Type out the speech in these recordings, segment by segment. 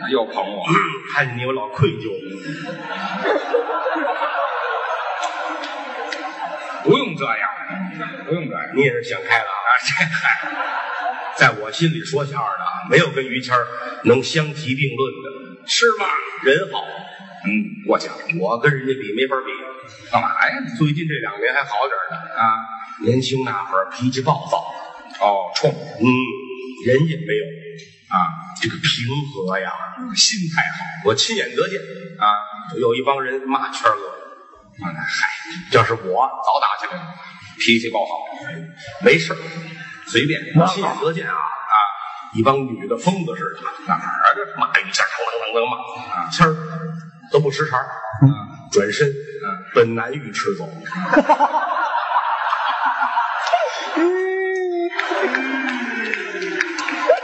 啊 又捧我，看嗯见你我老愧疚。不用这样，不用这样你也是想开了啊啊！这嗨，在我心里说相声的啊，没有跟于谦儿能相提并论的，是吗？人好，嗯，过奖，我跟人家比没法比。干嘛呀？最近这两年还好点儿呢，啊，年轻那会儿脾气暴躁，哦，冲嗯，人也没有啊，这个平和呀，心态好我亲眼得见，嗯啊，有一帮人骂圈哥，啊嗨，要是我早打起来了，脾气够好 没事儿，随便我啊亲眼得见啊啊，一帮女的疯子似的，哪儿啊这是？骂于谦儿，噔噔噔噔啊骂，谦儿都不吃茬儿，啊嗯转身嗯，奔南浴池走。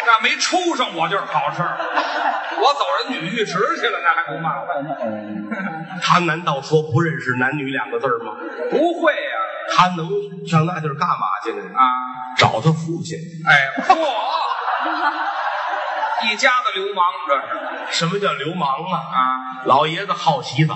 那没出上我就是好事儿，我走人女浴池去了，那还不麻烦？他难道说不认识男女两个字儿吗？不会呀、他能上那地儿干嘛去呢？啊，找他父亲。哎，嚯，一家子流氓这是什么叫流氓啊？啊！老爷子好洗澡，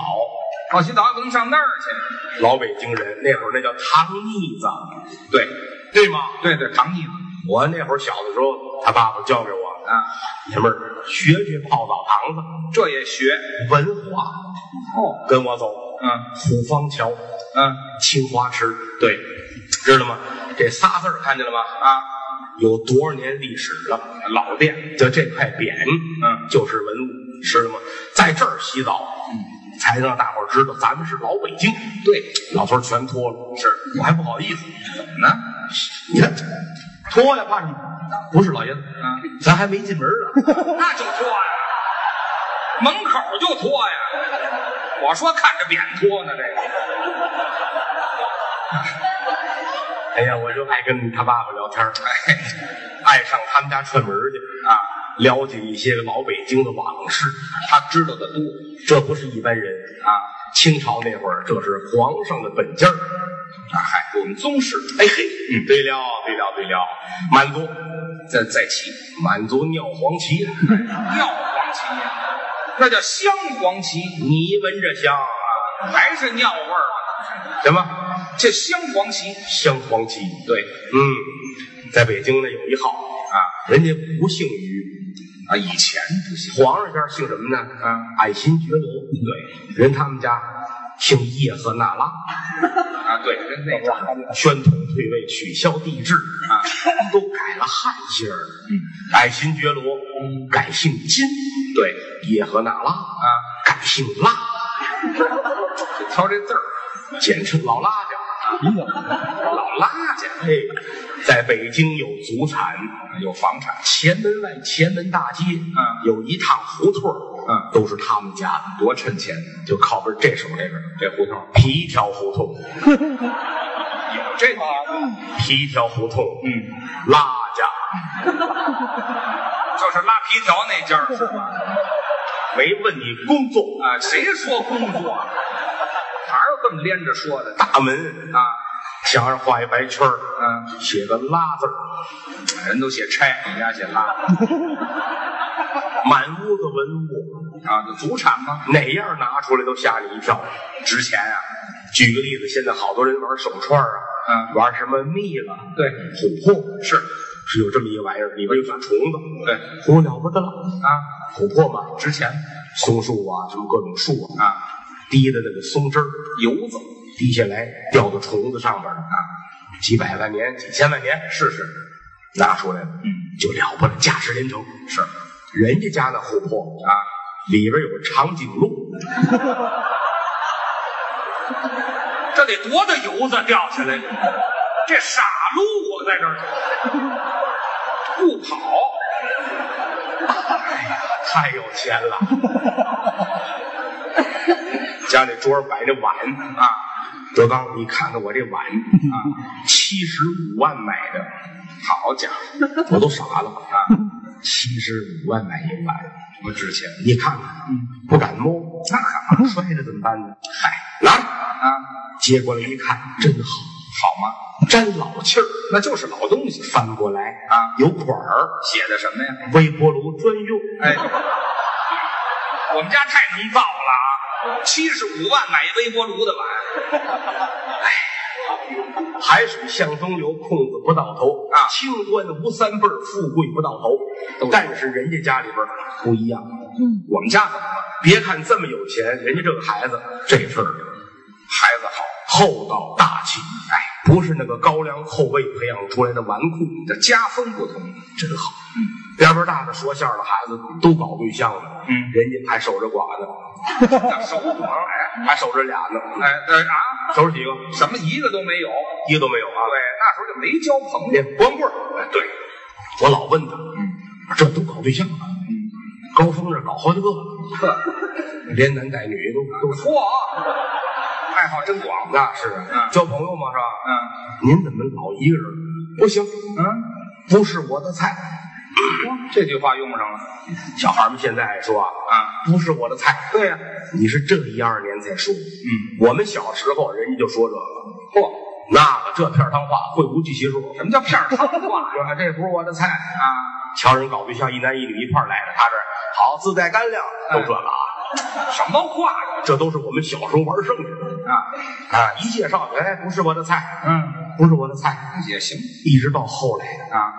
好洗澡也不能上那儿去，老北京人那会儿那叫糖腻子，对对吗？对对，扛腻子我那会儿小的时候，他爸爸教给我，啊，爷们儿学学泡澡堂子这也学文化，哦，跟我走。嗯虎坊桥嗯青花池，对，知道吗？这仨字儿看见了吗？啊，有多少年历史了？老店就这块匾，嗯，就是文物，知道吗？在这儿洗澡，嗯，才让大伙儿知道咱们是老北京。对，老头儿全脱了，是我还不好意思，怎么呢？你看脱了怕什么？不是老爷子，啊，咱还没进门呢。 那就脱呀，门口就脱呀。我说看着扁脱呢，这个哎呀，我就爱跟他爸爸聊 天儿，爱上他们家串门儿去，啊，了解一些个老北京的往事。他知道的多这不是一般人啊。清朝那会儿，这是皇上的本家儿。啊，嗨，我们宗室嗯哎嘿，对了，对了，对了，满族，在在齐，满族尿黄旗， 尿黄旗呀，那叫镶黄旗，你闻着香啊！还是尿味儿啊？什么这镶黄旗，镶黄旗？对嗯，在北京呢有一号啊，人家不姓于，啊，以前不行皇上家姓什么呢？啊，爱新觉罗。对，人他们家姓叶赫那拉，啊，对，跟那阵儿宣统退位，取消帝制啊，都改了汉姓儿了。爱新觉罗改姓金，对叶赫那拉啊，改姓拉，就挑这字儿，啊简称老拉家。老拉去，哎，在北京有祖产，有房产，前门外前门大街，嗯有一趟胡同儿，嗯都是他们家的，多趁钱，就靠边这手这边儿这胡同儿皮条胡同，有这地方，皮条胡同，嗯，拉家就是拉皮条那家儿是吧？没问你工作，啊，谁说工作啊？哪有这么连着说的大门啊？墙上画一白圈儿，嗯，写个拉字儿，人都写拆，你家写拉满屋子文物，啊，就祖产吗？哪样拿出来都吓你一跳。值钱啊，举个例子，现在好多人玩手串儿啊，嗯玩什么蜜了、对琥珀，是是有这么一个玩意儿，里边有小虫子，对多了不得了，啊，琥珀嘛，值钱松树啊，什么各种树啊，啊，滴的那个松汁儿油子滴下来，掉到虫子上边嗯儿啊，几百万年、几千万年，试试，拿出来了，嗯，就了不得，价值连城。是人家家那琥珀啊，里边有长颈鹿，这得多大油子掉下来？这傻路啊在这儿不跑，太有钱了。 家里桌上摆那碗啊，德刚，你看看我这碗啊，七十五万买的，好家伙，我都傻了啊！七十五万买一碗，不值钱你看看，不敢摸，那干嘛摔了怎么办呢？嗨，拿着，啊？接过来一看，真好，好吗？沾老气儿。那就是老东西，翻过来啊有管儿，写的什么呀？微波炉专用。哎，我们家太能造了啊！七十五万买一微波炉的碗，海水向东流，空子不到头啊清官无三辈儿，富贵不到头都。是嗯但是人家家里边儿不一样，我们家怎么了？别看这么有钱，人家这个孩子这事儿，孩子好，厚道大气，哎，不是那个高粱后辈培养出来的纨绔，你的家风不同，真好。嗯边边大的说相声的孩子都搞对象了，嗯人家还守着寡呢，那手忙哎还守着俩呢，哎呃啊，守着几个？什么一个都没有。一个都没有啊对，！那时候就没交朋友。连光棍儿哎对，我老问他，嗯这都搞对象了，高峰这搞好几个了，连男带女都都是。嚯，啊爱好真广。那是嗯交朋友嘛，是吧？嗯您怎么老一个人？不行，嗯，不是我的菜。这句话用上了小孩们现在爱说啊，啊。不是我的菜。对呀、你是这一二年才说，嗯，我们小时候人家就说这个嚯，那个这片儿汤话，会无计其数。什么叫片儿汤话说这不是我的菜啊！啊？瞧人搞对象，一男一女一块儿来的，他这儿好自带干粮，都这个啊，什么话呀？这都是我们小时候玩剩下的。啊，啊，一介绍，哎，不是我的菜，嗯，不是我的菜，也行一直到后来啊。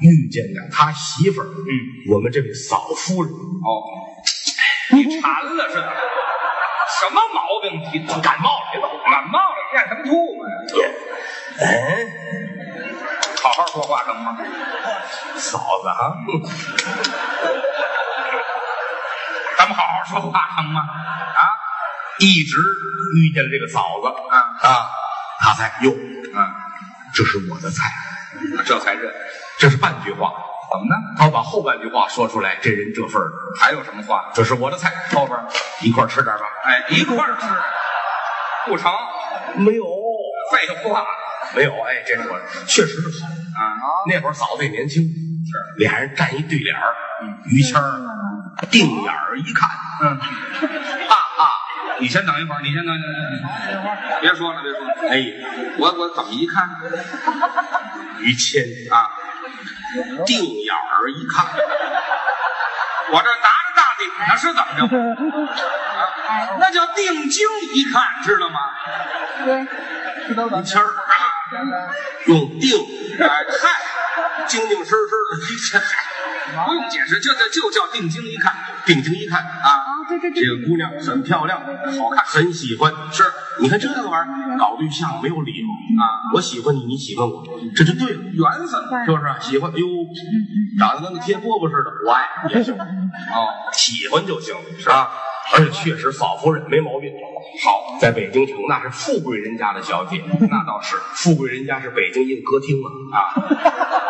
遇见的他媳妇儿，嗯，我们这位嫂夫人，哦，你馋了是怎么？什么毛病？你感冒来了，感冒了，咽什么吐沫呀？哎，好好说话成吗？嫂子啊，咱们好好说话成吗？啊，一直遇见这个嫂子，啊啊，他才哟，啊，这是我的菜，这才认。这是半句话，怎么呢？他把后半句话说出来，这人这份儿，还有什么话？这是我的菜，后边儿，一块儿吃点吧。哎，一块儿吃，不成，没有，废话没有，哎，这是我确实是好。啊！那会儿嫂子也年轻，是俩人站一对脸儿嗯，于谦儿定眼儿一看，啊嗯，哈哈，你先等一会儿，你先等，你先等，别说了，别说了。哎，我我怎么一看于谦啊？定眼儿一看，我这拿着大顶呢，是怎么着？啊那叫定睛一看，知道吗？于谦儿啊，用定哎，嗨，精精神神的不用解释，就就就叫定睛一看定睛一看，啊！啊，对对这对，个姑娘很漂亮，好看，很喜欢。是你看这个玩意儿，搞对象没有理由啊！我喜欢你，你喜欢我，这就对了。缘分就是啊喜欢，哎呦，长得跟个贴饽饽似的，我爱也行，哦，喜欢就行，是吧？而且确实，嫂夫人没毛病。好，在北京城那是富贵人家的小姐，那倒是富贵人家是北京一个歌厅啊，啊。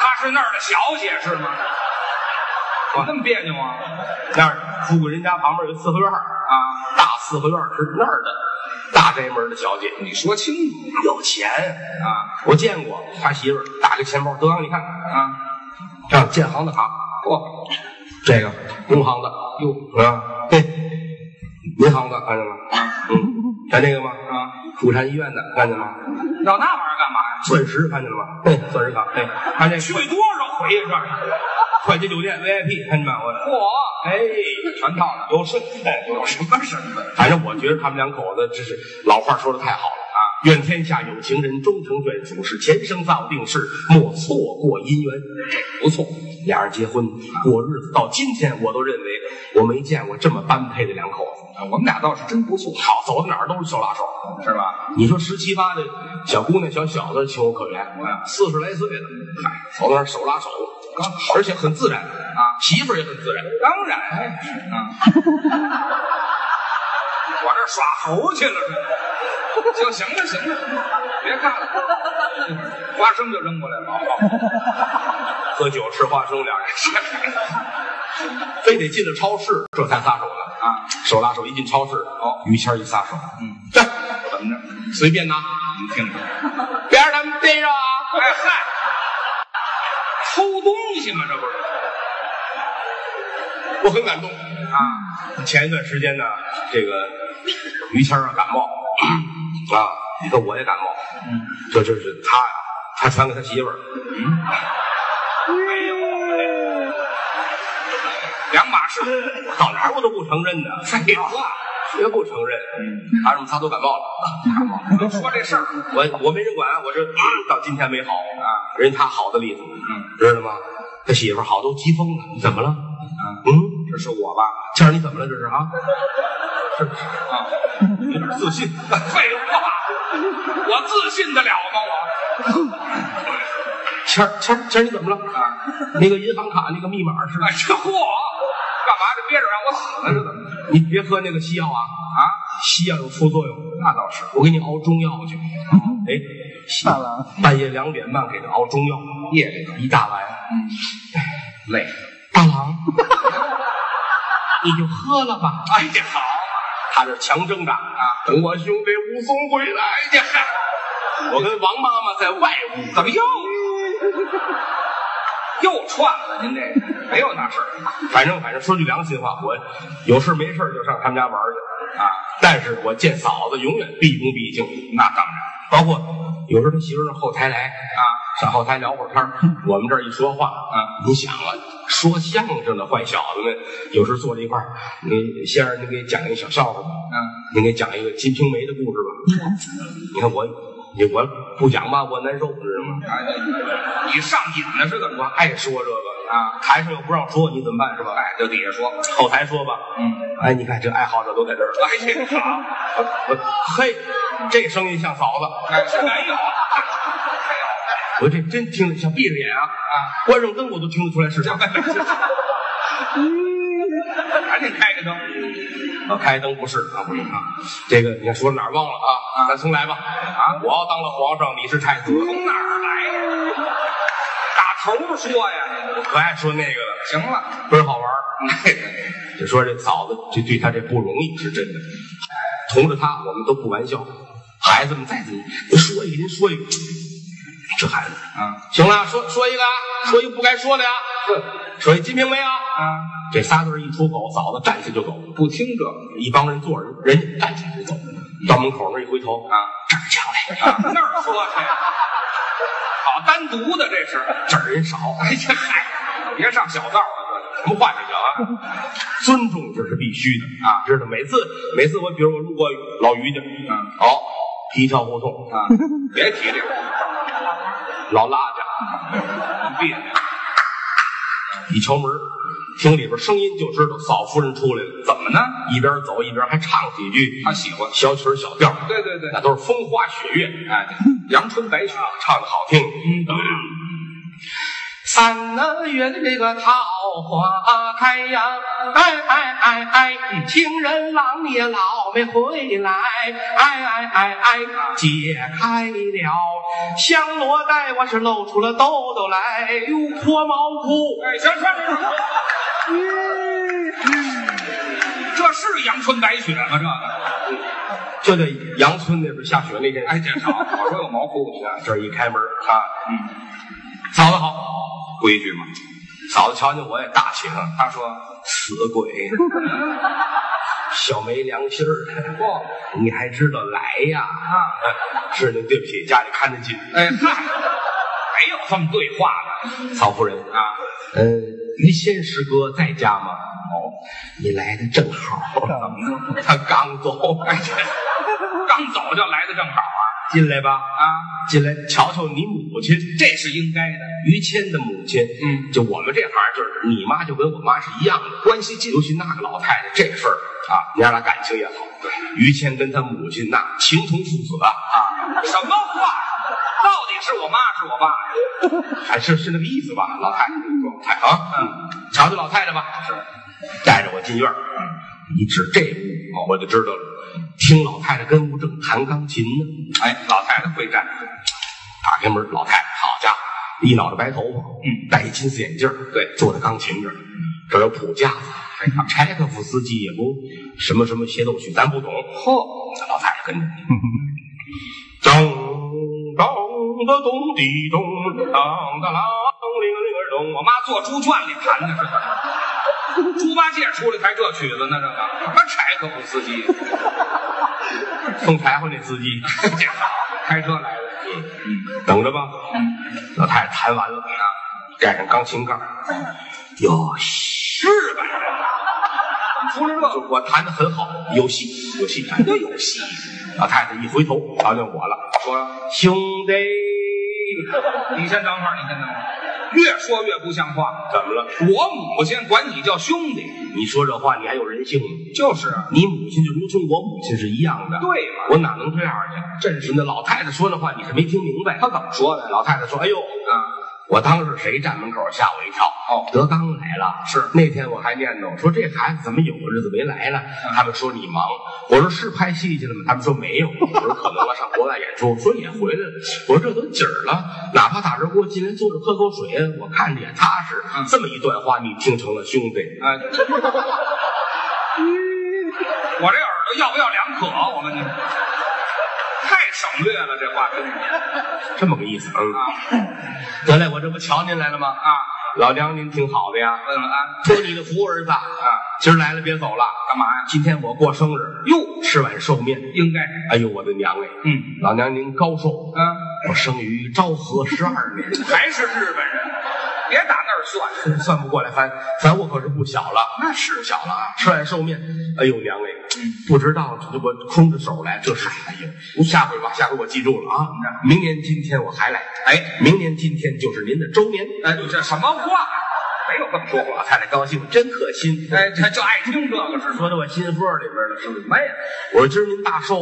她是那儿的小姐是吗？怎么那么别扭啊？那儿富贵人家旁边有一四合院儿，啊，大四合院儿是那儿的大宅门的小姐，你说清楚有钱。啊我见过他媳妇儿打个钱包，德刚你看，啊！这样建行的卡，我这个工行的，哟啊，对，民航的看见吗？嗯，看这个吗？啊，妇产医院的看见吗？要那玩意儿干嘛呀？钻石看见了吗？嘿，钻石卡，嘿，看这去多少回呀？这是快捷酒店 VIP 看见吗？我我哎，全套的，有身份，有有身什份。么身份反正我觉得他们两口子真是老话说的太好了啊！愿天下有情人终成眷属，是前生造定事，莫错过姻缘。不错，俩人结婚过日子到今天，我都认为我没见过这么般配的两口子。啊我们俩倒是真不错，好，走到哪儿都是手拉手。是吧？你说十七八的小姑娘、小小子情有可原，啊四十来岁了，嗨，走到那儿手拉手，刚好，而且很自然啊，媳妇儿也很自然。当然啊，我这耍猴去了，这就行了，行了，别看了，花生就扔过来了，喝酒吃花生，俩人非得进了超市，这才撒手了啊！手拉手一进超市，哦于谦一撒手，嗯，站，怎么着？随便拿，你听听，哎别让他们逮着啊！嗨，偷东西嘛，这不是我很感动。啊？前一段时间呢，这个于谦儿啊感冒啊，你看我也感冒，嗯这这是他呀，他哎传给他媳妇儿，嗯，两码事。我到哪儿我都不承认呢，废话，绝不承认。嗯他说我们仨都感冒了，说这事儿，我我没人管，我这到今天没好啊。人家他好的例子，知道吗？他媳妇儿好都急疯了，你怎么了？嗯，这是我吧？倩儿你怎么了？这是啊？是啊，有点自信。 废话，我自信得了吗？我倩儿倩儿倩儿你怎么了？啊，那个银行卡那个密码是？哎这嚯，干嘛这憋着让我死呢？这怎么你别喝那个西药啊，啊？西药有副作用。那倒是，我给你熬中药去。哎，西大郎半夜两点半给他熬中药，夜里头一大碗。累。大郎， 你就喝了吧。哎呀，好他这强挣扎啊，等我兄弟武松回来。哎呀，我跟王妈妈在外屋，怎么又又串了？您这个没有那事儿反正反正说句良心话，我有事没事就上他们家玩去。啊？但是我见嫂子永远毕恭毕敬，那当然包括有时候他媳妇儿上后台来啊，上后台聊会儿天儿，我们这儿一说话啊，你想啊，说相声的坏小子们，有时候坐在一块儿，嗯你先生，你给讲一个小笑话吧，嗯，您给讲一个《金瓶梅》的故事吧。你看我，你我不讲吧，我难受，知道吗？哎， 你上瘾呢是怎么我着？爱说这个啊，台上又不让说，你怎么办是吧？哎，就底下说，后台说吧，嗯，哎，你看这爱好者都在这儿了。哎呀，好，我嘿，这声音像嫂子，哎，是没有，我这真听得像，闭着眼啊啊，关上灯我都听得出来是这啥。没这嗯赶紧开开灯，啊，开灯不是啊，不是啊，这个你看说哪儿忘了啊？咱重来吧啊！我要当了皇上，你是太子，从哪儿来呀？打头说呀，我可爱说那个了，行了，倍儿好玩儿。就说这嫂子，这对他这不容易是真的。同着他，我们都不玩笑。孩子们再怎么您说一个，您说一个，这孩子啊行了，说说一个，啊，说一个不该说的呀，说一《金瓶梅》啊。啊，这仨字儿一出口，嫂子站起就走，不听这个一帮人坐着，人家站起来就走，到门口那儿一回头，啊，这儿抢来。啊那儿说去，好单独的这是，这儿人少，哎呀，嗨，别上小道了，什么话也行啊。 尊重这是必须的啊知道？每次每次我比如我路过老于家，嗯，好，一条胡同， 这啊，别提这个，老拉家，别扭。一敲门，听里边声音就知道嫂夫人出来了，怎么呢？一边走一边还唱几句他喜欢。小曲儿小调儿，对对对那都是风花雪月，哎， 嗯阳春白雪，唱的好听。三个月的这个桃花开呀，哎哎哎哎，情人郎也老没回来，哎哎哎哎，解开了香罗带，我是露出了兜兜来，哟，脱毛裤，哎，行，穿这这是阳春白雪啊吗？这个，就在杨村那边下雪那天，哎，这少，我说有毛裤子，这一开门，啊，嗯，嫂子好，规矩嘛。嫂子瞧见我也大喜了，他哎说，哎死鬼，小没良心儿。不，你还知道来呀？ 啊，是您对不起，家里看得紧。哎嗨，没有这么对话的曹夫人，啊。呃，于谦师哥在家吗？哦，你来的正好， 他刚走，哎刚走就来的正好啊进来吧，啊，进来瞧瞧你母亲，这是应该的，于谦的母亲。嗯，就我们这行就是你妈就跟我妈是一样的关系近，尤其那个老太太这事儿啊，娘俩感情也好。对，于谦跟他母亲那情同父子啊，什么话？到底是我妈是我爸呀？还是是那个意思吧，老太太那个状态啊，嗯，瞧瞧老太太吧，是，嗯带着我进院儿，一指这屋，啊我就知道了，听老太太跟屋正弹钢琴呢，哎，老太太会站，打开门，老太太，好家伙，一脑袋白头发，嗯，戴一金丝眼镜儿，对坐在钢琴这儿，这儿有谱架子，哎柴可夫斯基也不什么什么协奏曲，咱不懂，嚯，老太太跟着。当当的咚滴咚，当当啷铃铃儿咚，我我妈做猪圈里盘的是吧？猪八戒出来才这曲子呢，这个什么柴可夫斯基，送柴火那司机，这哎开车来的。等着吧。老太太弹完了，盖上钢琴盖儿，哟西，日本人吗？就我弹的很好，有戏有戏，都有戏，老太太一回头瞧见我了，说兄弟， 你先等会儿，你先等会儿，越说越不像话。怎么了？我母亲管你叫兄弟，你说这话你还有人性吗？就是啊你母亲就如同我母亲是一样的，对嘛我哪能这样呢？真是那老太太说的话，你是没听明白。她怎么说的老太太说：“哎呦，啊，我当时谁站门口吓我一跳？哦德刚来了。是那天我还念叨说这孩子怎么有个日子没来呢？嗯他们说你忙，我说是拍戏去了吗？他们说没有，我说可能了，上国外演出。说也回来了，我说这都几儿了，哪怕打着锅进来坐着喝口水，我看着也踏实。嗯这么一段话，你听成了兄弟。啊， 我这耳朵要不要两可？我问你，太省略了，这话真的这么个意思，嗯啊 得嘞，我这不瞧您来了吗？啊，老娘您挺好的呀，问问安托你的福，儿子。啊，今儿来了别走了，干嘛呀？今天我过生日，哟，吃碗寿面。应该，哎呦，我的娘哎！嗯老娘您高寿？啊，我生于昭和十二年， 还是日本人，别打那儿算，算不过来，反反我可是不小了，那是嗯不小了啊！吃碗寿面，哎呦娘哎，不知道这我空着手来，这是哎呦，下回吧，下回我记住了啊！嗯明年今天我还来，哎，明年今天就是您的周年。哎，这什么话？没有这么说说过。老太太高兴，真可心。哎，他就爱听这个是说到我心窝里边了，是不是？什么呀？我说今儿您大寿，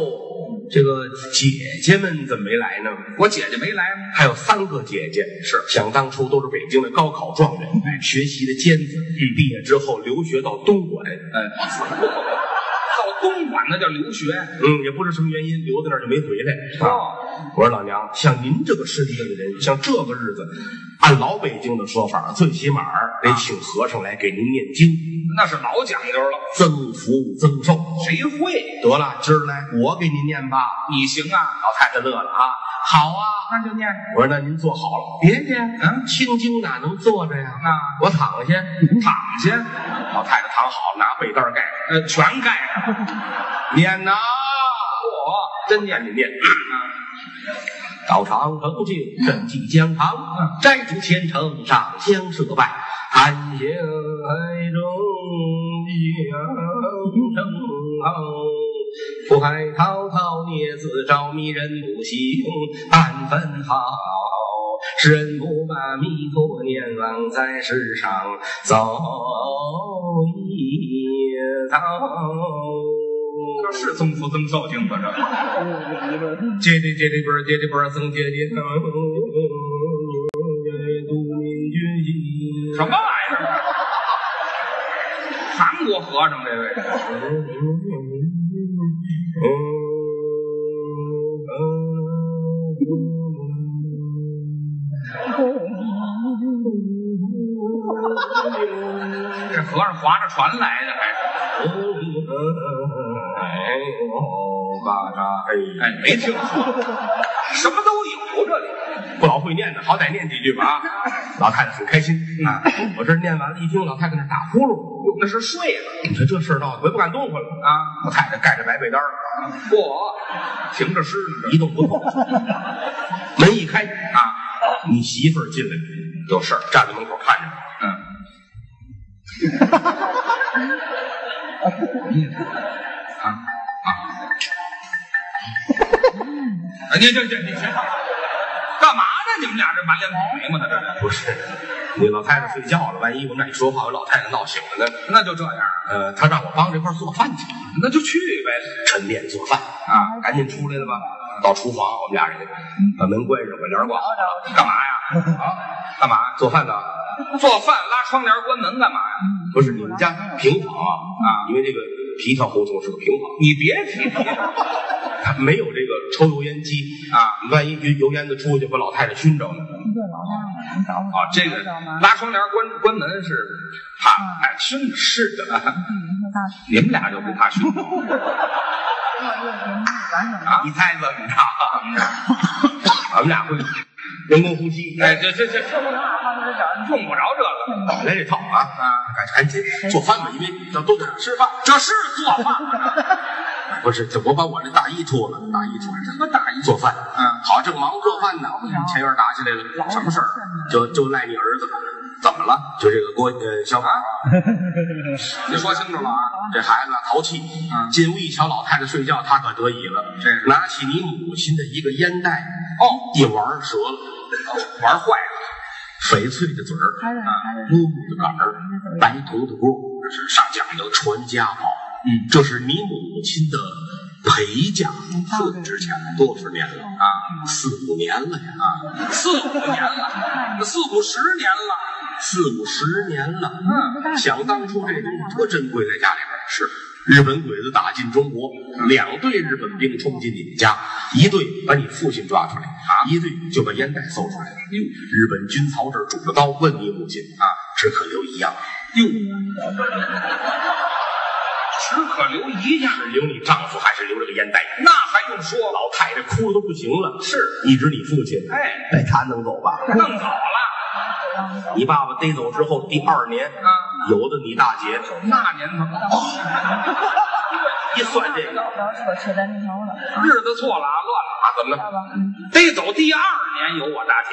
这个姐姐们怎么没来呢？我姐姐没来吗？还有三个姐姐，是想当初都是北京的高考状元，哎，学习的尖子，毕业之后留学到东莞，哎，到东莞那叫留学嗯，也不知什么原因留在那儿就没回来。哦，我说老娘，像您这个身份的人，像这个日子，按老北京的说法，最起码儿得请和尚来给您念经，那是老讲究了，增福增寿。谁会？得了，今儿来我给您念吧。你行啊？老太太乐了啊，好啊。那就念，我说那您坐好了，别介，嗯青经哪能坐着呀？那我躺下， 躺先，老太太躺好，拿被单盖上。呃，全盖上。 念呐，我真念你念。道场cầu敬，赈济疆堂，斋主虔诚，上香设拜，安行爱中扬正苦海滔滔，孽自招迷人不行，半分好。世人不把弥陀念，枉在世上走一遭。这是增福增寿经吧？这接的接的波，接的波，增接的增。都民决心什么玩意儿？韩国和尚这位，这和尚划着船来的，还是？哎呦，巴扎哎，没听说，什么都有这里。不老会念的，好歹念几句吧啊！老太太很开心啊，我这念完了，一听老太太那打呼噜，那是睡了你说这事儿闹的，我也不敢动弹了。啊！老太太盖着白被单儿啊嚯，停着诗呢一动不动，门一开啊，你媳妇儿进来有事儿，站在门口看着我。这。嗯。啊啊！哎，你这这你这干嘛呢？你们俩这满脸跑眉毛呢？这不是，你老太太睡觉了，万一我们俩一说话，我老太太闹醒了呢。那就这样，呃，她让我帮这块儿做饭去，那就去呗。抻面做饭，啊，赶紧出来了吧。到厨房，我们俩人把门关上，把帘儿挂好。干嘛呀？啊，干嘛呀？做饭呢？做饭拉窗帘关门干嘛呀？不是你们家平房啊啊？因为这个皮条胡同是个平房，你别提这个它 没有这个抽油烟机啊！万一油油烟子出去把老太太熏着了，一个老大，你找我啊，这个你找吗？拉窗帘关关门是啊怕哎，熏着是 的，嗯，一个大师，你们俩就不怕熏着我又给你完整 啊？你猜怎 么着？啊我们俩会人工呼吸，哎，，这这这不能把话都找用不着这个打来这套啊！啊，赶紧做饭吧，因为要多吃饭。这是做饭嗯不是，这我把我这大衣脱了，大衣穿上，么大一做饭。嗯好，正忙做饭呢，前院打起来了，什么事儿？就就赖你儿子，怎么嗯了？就这个郭呃小马，啊 你说清楚了啊！嗯这孩子淘气，进屋一瞧老太太睡觉，他可得意了，这拿起你母亲的一个烟袋，哦，一玩儿折了，玩坏了，翡翠的嘴儿，嗯还得还得乌木的杆儿，白头的锅，这是上讲究传家宝。嗯，这是你母亲的陪嫁，嗯这值钱多少年了啊？四五年了呀啊！四五年了，四五十年了，四五十年了。嗯想当初这东西多珍贵，在家里边儿是。日本鬼子打进中国，两队日本兵冲进你们家，一队把你父亲抓出来，啊一队就把烟袋搜出来了。日本军曹这儿拄着刀问你母亲啊，只可留一样，哟，只可留一样，是留你丈夫还是留这个烟袋？那还用说吗？老太太哭的都不行了，是，一直你父亲，哎，哎，他能走吧？弄早了，你爸爸逮走之后，第二年啊有的你大姐，那年头一算这个老老扯扯淡那条了，日子错了啊，乱了啊，怎么知了？道吧？嗯，得走第二年有我大姐，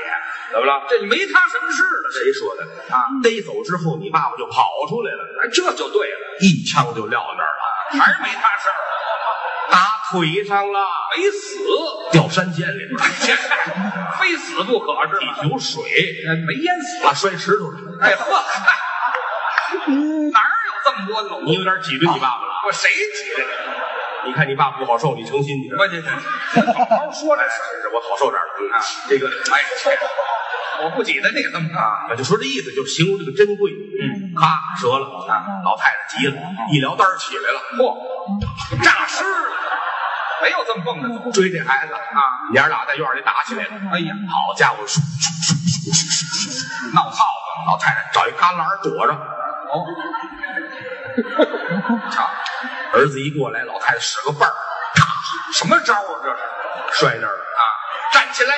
怎么了？这没他什么事了，谁说的啊？逮走之后，你爸爸就跑出来了，这这就对了，一枪就撂那儿了，还是没他事儿，打腿上了，没死，掉山涧里边儿，非死不可是吗？有水，没淹死，啊，摔石头上了。哎呵，嗨哪儿有这么多楼？你有点挤兑你爸爸了，我谁挤的你？你看你爸不好受，你成心你。哎我这这好好说这事儿。是我好受点儿了啊，这个哎，这我不挤的那个灯啊，我就说这意思，就形容这个珍贵。嗯，咔折了，啊老太太急了，一撩单儿起来了，嚯，诈尸了，没有这么蹦的走。追这孩子啊，娘儿俩在院里打起来了。哎呀，好家伙，嗖闹耗子老太太找一旮旯儿躲着，哦，儿子一过来，老太太使个绊儿，什么招啊这是摔那儿了。啊？站起来，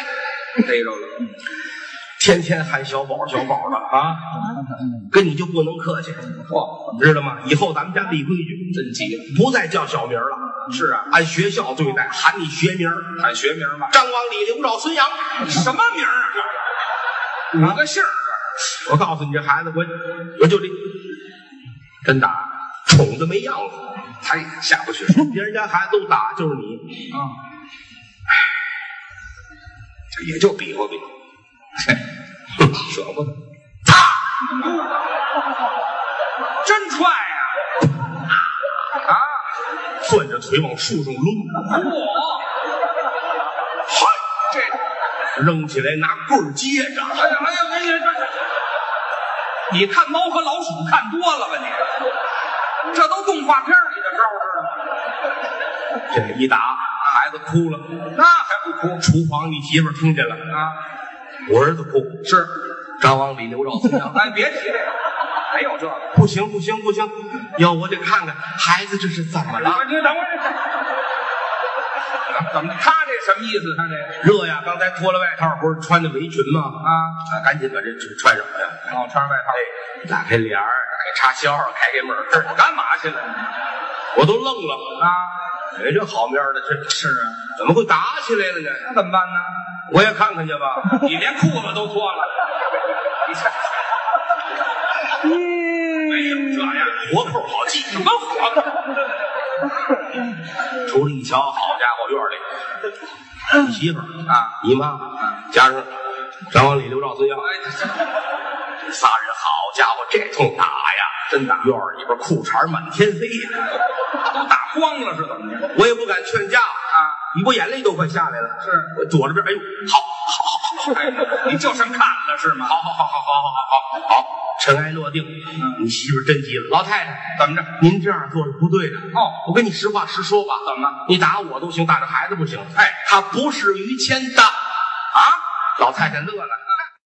逮着了。天天喊小宝小宝的啊，跟你就不能客气，嚯，知道吗？以后咱们家立规矩，真急了。不再叫小名儿了，是啊，按学校对待，喊你学名儿，喊学名吧。张王李刘赵孙杨。什么名儿啊？五个姓儿我告诉你，这孩子，我我就这，真打，宠的没样子。哎他也下不去别人家孩子都打，就是你，哎啊。这也就比划比划，舍不得。真踹呀！啊，攥着腿往树上抡，嚯，这，扔起来拿棍儿接着。哎呀哎呀哎呀，这这，你看猫和老鼠看多了吧你？这都动画片里的招儿这一打，孩子哭了。知道吗？那还不哭厨房你媳妇儿听见了，啊？我儿子哭，是，张王李刘赵孙杨。哎，别提这个，没有这个。 不行不行不行，要我得看看孩子这是怎么了。你等会儿，怎么他这什么意思？他这热呀，刚才脱了外套，不是穿的围裙吗？啊，啊，赶紧把这这穿上呀！哎哦，穿上外套，打开帘儿，打开插销，开开门儿，我干嘛去了？我都愣了。啊，哎，这好面儿的，这是啊，怎么会打起来了呢？那怎么办呢？我也看看去 吧。你连裤子都脱了，你看，没有这样，哎活扣好系，什么活动？出来一瞧，好家伙，院里你媳妇儿啊，你妈，加上张王李刘赵孙杨，哎，这仨人，好家伙，这通打呀，真打！院儿里边裤衩满天飞呀，都打光了是怎么着？我也不敢劝架啊，你我眼泪都快下来了。是我躲着边，哎呦，好，好，哎，你就剩看了是吗？好好好好好好好好，尘埃落定。嗯你媳妇儿真急了，老太太，怎么着？您这样做是不对的。哦，我跟你实话实说吧，怎么你打我都行，打这孩子不行。哎，他不是于谦的。啊？老太太乐了，